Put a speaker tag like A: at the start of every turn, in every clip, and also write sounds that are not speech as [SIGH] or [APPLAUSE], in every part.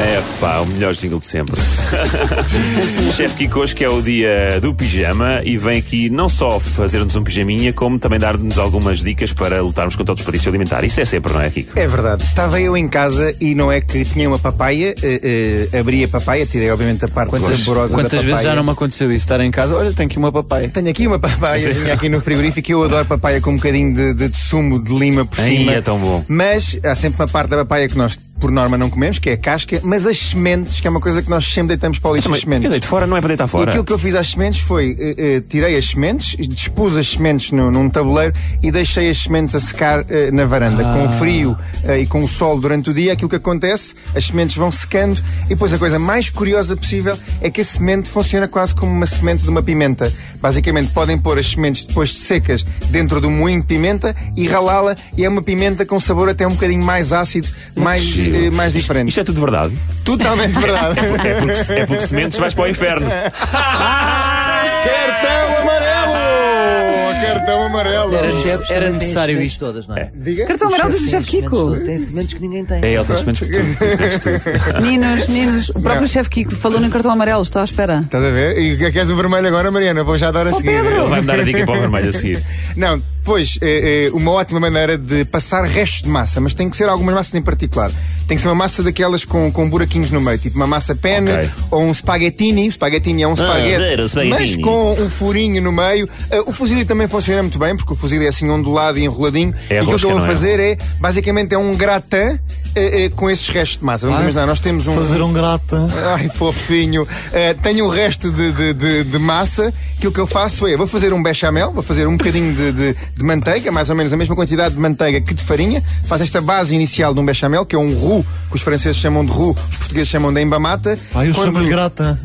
A: É pá, o melhor jingle de sempre. [LAUGHS] Chefe Kiko, hoje que é o dia do pijama Ah, e vem aqui não só fazer-nos um pijaminha, como também dar-nos algumas dicas para lutarmos contra o desperdício alimentar. Isso é sempre, não é, Kiko?
B: É verdade. Estava eu em casa e não é que tinha uma papaya, eh, eh, abri a papaya, tirei obviamente a parte saborosa da
C: Quantas
B: papaya.
C: vezes já não me aconteceu isso? Estar em casa, olha, tenho aqui uma papaya.
B: Tenho aqui uma papaiazinha aqui no frigorífico. Eu adoro papaya com um bocadinho de, de- de sumo de lima por
A: Ai,
B: cima.
A: é tão bom.
B: Mas há sempre uma parte da papaya que nós, por norma, não comemos, que é a casca, mas as sementes, que é uma coisa que nós sempre deitamos para o lixo, as
A: Eu
B: sementes.
A: deito fora, não é para deitar
B: E
A: fora.
B: aquilo que eu fiz às sementes foi, eh, eh, tirei as sementes, dispus as sementes no- num tabuleiro e deixei as sementes a secar eh, na varanda. Com o
A: Ah.
B: frio eh, e com o sol durante o dia, aquilo que acontece, as sementes vão secando e depois a coisa mais curiosa possível é que a semente funciona quase como uma semente de uma pimenta. Basicamente, podem pôr as sementes depois de secas dentro do moinho de pimenta e ralá-la e é uma pimenta com sabor até um bocadinho mais ácido, mais,
A: giro.
B: eh, mais diferente.
A: é Isto é tudo verdade.
B: Totalmente verdade.
A: [LAUGHS] É porque, é porque sementes vais para o
B: [LAUGHS]
A: inferno.
B: Cartão amarelo! Cartão amarelo!
C: Era,
D: Os chefes
C: era
D: também têm
C: necessário
D: sementes
C: isto.
D: todas, não é?
B: Diga?
E: Cartão
D: Os
E: amarelo
D: chefes
E: diz o
D: têm
E: chefe
D: sementes
E: Kiko.
D: todas, Têm sementes que ninguém tem.
A: É, ele tem sementes por tudo. Tem sementes por tudo.
E: Meninos, meninos, o próprio chefe Kiko falou no cartão amarelo, estou à espera.
B: Estás a ver? E que- queres o vermelho agora, Mariana? Vou já dar a seguir.
A: Ele vai-me dar a dica para o vermelho a seguir.
B: Não, pois, é, é uma ótima maneira de passar restos de massa, mas tem que ser algumas massas em particular. Tem que ser uma massa daquelas com, com buraquinhos no meio, tipo uma massa penne
A: Ok. Ah,
B: ou um spaghettini. O spaghettini é um
A: zero,
B: espaguete,
A: spaghettini.
B: mas com um furinho no meio. Ah, o fuzile também funciona muito bem, porque o fuzile é assim ondulado e enroladinho.
A: É
B: e o que eu
A: rosca,
B: estou a
A: não é?
B: fazer é, basicamente, é um gratin é, é, com esses restos de massa.
A: Ah,
B: Vamos imaginar, nós temos um...
D: Fazer um grata.
B: [LAUGHS] Ai, fofinho. Eh, tenho o resto de, de, de, de massa. Aquilo que eu faço é, vou fazer um bechamel, vou fazer um bocadinho de, de, de manteiga, mais ou menos a mesma quantidade de manteiga que de farinha. Faz esta base inicial de um bechamel, que é um roux, que os franceses chamam de roux, os portugueses chamam de embamata.
D: Ai, eu
B: Quando-
D: chamo-lhe grata.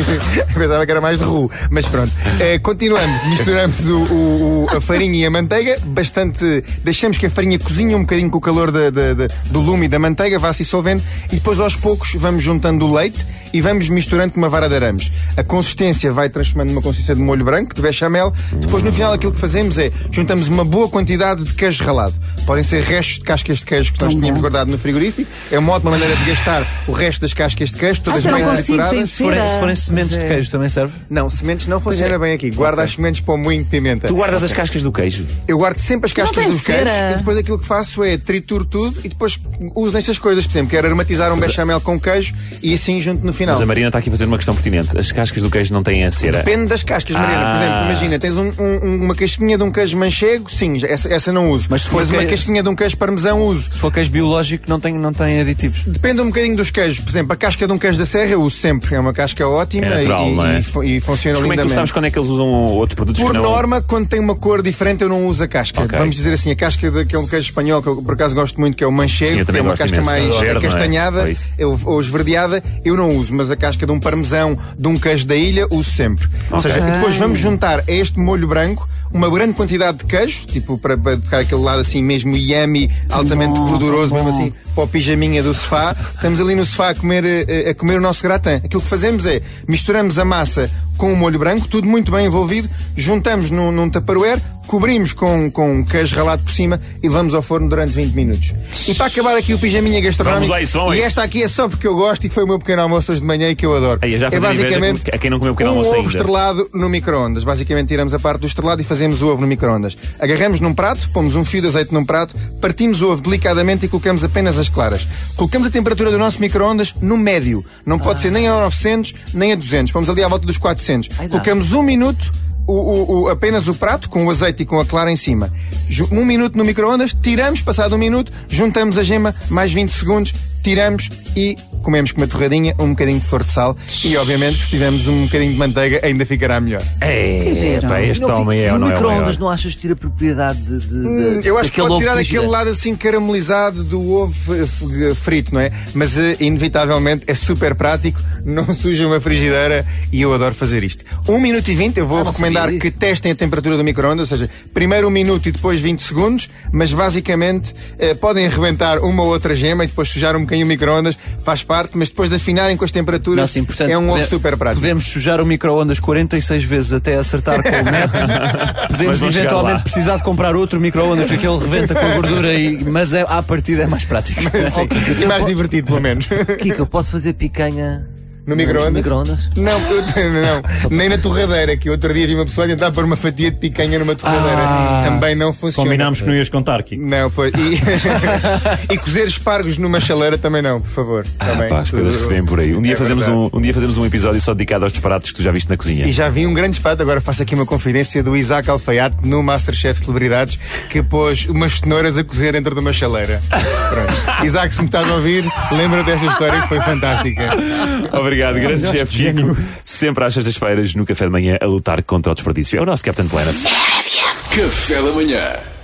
B: [LAUGHS] Pensava que era mais de roux, mas pronto. Eh, continuamos, misturamos o- o- o- a farinha e a manteiga, bastante. Deixamos que a farinha cozinhe um bocadinho com o calor da- da- da- do lume e da manteiga, vá se dissolvendo, e depois aos poucos vamos juntando o leite e vamos misturando com uma vara de arames. A consistência vai transformando numa consistência de molho branco, de bechamel. Depois, no final, aquilo que fazemos é juntamos uma boa quantidade de queijo ralado. Podem ser restos de cascas de queijo que nós tínhamos guardado no frigorífico. É uma ótima maneira de gastar o resto das cascas de queijo, todas
E: Ah, eu não
B: bem
E: consigo,
B: trituradas.
E: tem
D: Se forem,
E: Cera.
D: se forem sementes de queijo, também serve?
B: Não, sementes não funciona bem aqui. Guarda as sementes para o moinho de pimenta.
A: é. Tu guardas as cascas do queijo.
B: Eu guardo sempre as cascas
E: tem
B: dos queijos
E: cera.
B: e depois aquilo que faço é trituro tudo e depois uso nestas coisas. Por exemplo, quero aromatizar um bechamel com queijo e assim junto no final.
A: Mas a Marina está aqui fazendo uma questão pertinente. As cascas do queijo não têm a cera.
B: Depende das cascas, Mariana. Por exemplo,
A: Ah.
B: imagina, tens um- um- uma casquinha de um queijo manchego, sim, essa, essa não uso.
C: Mas se for
B: uma
C: que-
B: casquinha de um queijo parmesão, uso.
C: Se for queijo biológico, não tem, não tem aditivos.
B: Depende um bocadinho dos queijos. Por exemplo, a casca de um queijo da serra eu uso sempre. É uma casca ótima
A: É natural,
B: e,
A: não é?
B: e fu- e funciona
A: Mas como é que tu
B: lindamente.
A: sabes quando é que eles usam outros produtos
B: Por
A: que não...
B: norma, quando tem uma cor diferente, eu não uso a casca.
A: Ok.
B: Vamos dizer assim, a casca daquele queijo espanhol que eu por acaso gosto muito, que é o manchego,
A: Sim, eu
B: que
A: também
B: é uma
A: gosto
B: casca
A: imenso.
B: mais
A: Verde, não é?
B: acastanhada
A: É isso.
B: eu- ou esverdeada, eu não uso, mas a casca de um parmesão, de um queijo da ilha, uso sempre. Ou
A: Ok.
B: seja, e depois vamos juntar a este molho branco uma grande quantidade de queijo, tipo para, para ficar aquele lado assim mesmo yummy, altamente gorduroso, mesmo assim, para o pijaminha do sofá. Estamos ali no sofá a comer, eh, a comer o nosso gratin. Aquilo que fazemos é misturamos a massa com o molho branco, tudo muito bem envolvido, juntamos num, num tupperware, cobrimos com, com um queijo ralado por cima e levamos ao forno durante 20 minutos. E para acabar aqui o pijaminha gastronómico,
A: Vamos lá, isso, vamos
B: e
A: lá.
B: esta aqui é só porque eu gosto e foi o meu pequeno almoço hoje de manhã e que eu adoro.
A: Aí, eu já
B: é
A: fazia inveja
B: basicamente
A: a quem não comeu pequeno
B: um
A: almoço
B: ovo
A: ainda.
B: estrelado no micro-ondas. Basicamente tiramos a parte do estrelado e fazemos o ovo no micro-ondas. Agarramos num prato, pomos um fio de azeite num prato, partimos o ovo delicadamente e colocamos apenas as claras. Colocamos a temperatura do nosso micro-ondas no médio. Não
A: Ah.
B: pode ser nem a 900 nem a 200. Vamos ali à volta dos 400.
D: Ai, dá.
B: colocamos um minuto o- o- o- apenas o prato com o azeite e com a clara em cima. Ju- Um minuto no micro-ondas, tiramos, passado um minuto, juntamos a gema, mais 20 segundos, tiramos e comemos com uma torradinha, um bocadinho de flor de sal e, obviamente, se tivermos um bocadinho de manteiga, ainda ficará melhor.
E: Que
A: É,
E: giro.
A: pá, este
D: Não,
A: homem é
D: fica- e
A: ou
D: o
A: não é o
D: micro-ondas
A: maior.
D: não achas que tira propriedade de. de- de-
B: Hum, Eu acho que
D: daquele
B: pode
D: ovo
B: tirar
D: frigida?
B: aquele lado assim caramelizado do ovo f- f- frito, não é? Mas eh, inevitavelmente é super prático, [LAUGHS] não suja uma frigideira e eu adoro fazer isto. 1 minuto e 20, eu vou
D: Ah, não
B: recomendar
D: sabia
B: que
D: disso.
B: testem a temperatura do micro-ondas, ou seja, primeiro um minuto e depois 20 segundos, mas basicamente eh, podem arrebentar uma ou outra gema e depois sujar um bocadinho o micro-ondas, faz parte, mas depois de afinarem com as temperaturas
C: Nossa, importante.
B: é um ovo
C: Pode-
B: super prático.
C: Podemos sujar o micro-ondas 46 vezes até acertar
B: [LAUGHS]
C: com o metro.
A: Mas
C: Podemos
A: vão chegar lá.
C: eventualmente precisar de comprar outro micro-ondas porque ele reventa com a gordura. E... Mas é, à partida é mais
B: [LAUGHS]
C: prático.
B: Sim,
D: Kiko,
B: e
D: eu
B: mais
D: po-
B: divertido, pelo menos.
D: Kiko, é eu posso fazer picanha
B: No micro-ondas?
A: [LAUGHS]
D: micro-ondas?
B: Não, eu- não, nem na torradeira, que outro dia vi uma pessoa tentar pôr uma fatia de picanha numa torradeira.
A: Ah,
B: Também não funciona.
F: Combinámos que não ias contar, Kiko.
A: [LAUGHS]
B: Não, pois. E, [LAUGHS] e cozer espargos numa chaleira também não, por favor.
A: Ah,
B: também.
A: pá, as coisas que se vêem por aí. Um dia,
B: É
A: fazemos um,
B: verdade.
A: um dia fazemos um episódio só dedicado aos disparates que tu já viste na cozinha.
B: E já vi um grande disparate, agora faço aqui uma confidência do Isaac Alfaiate no Masterchef Celebridades, que pôs umas cenouras a cozer dentro de uma
A: [LAUGHS]
B: chaleira. Pronto. Isaac, se me estás a ouvir, lembra desta história que foi fantástica. [LAUGHS]
A: Obrigado, grande chefe Kiko. Sempre às sextas-feiras, no café de manhã, a lutar contra o desperdício. É o nosso Captain Planet.
G: Café da Manhã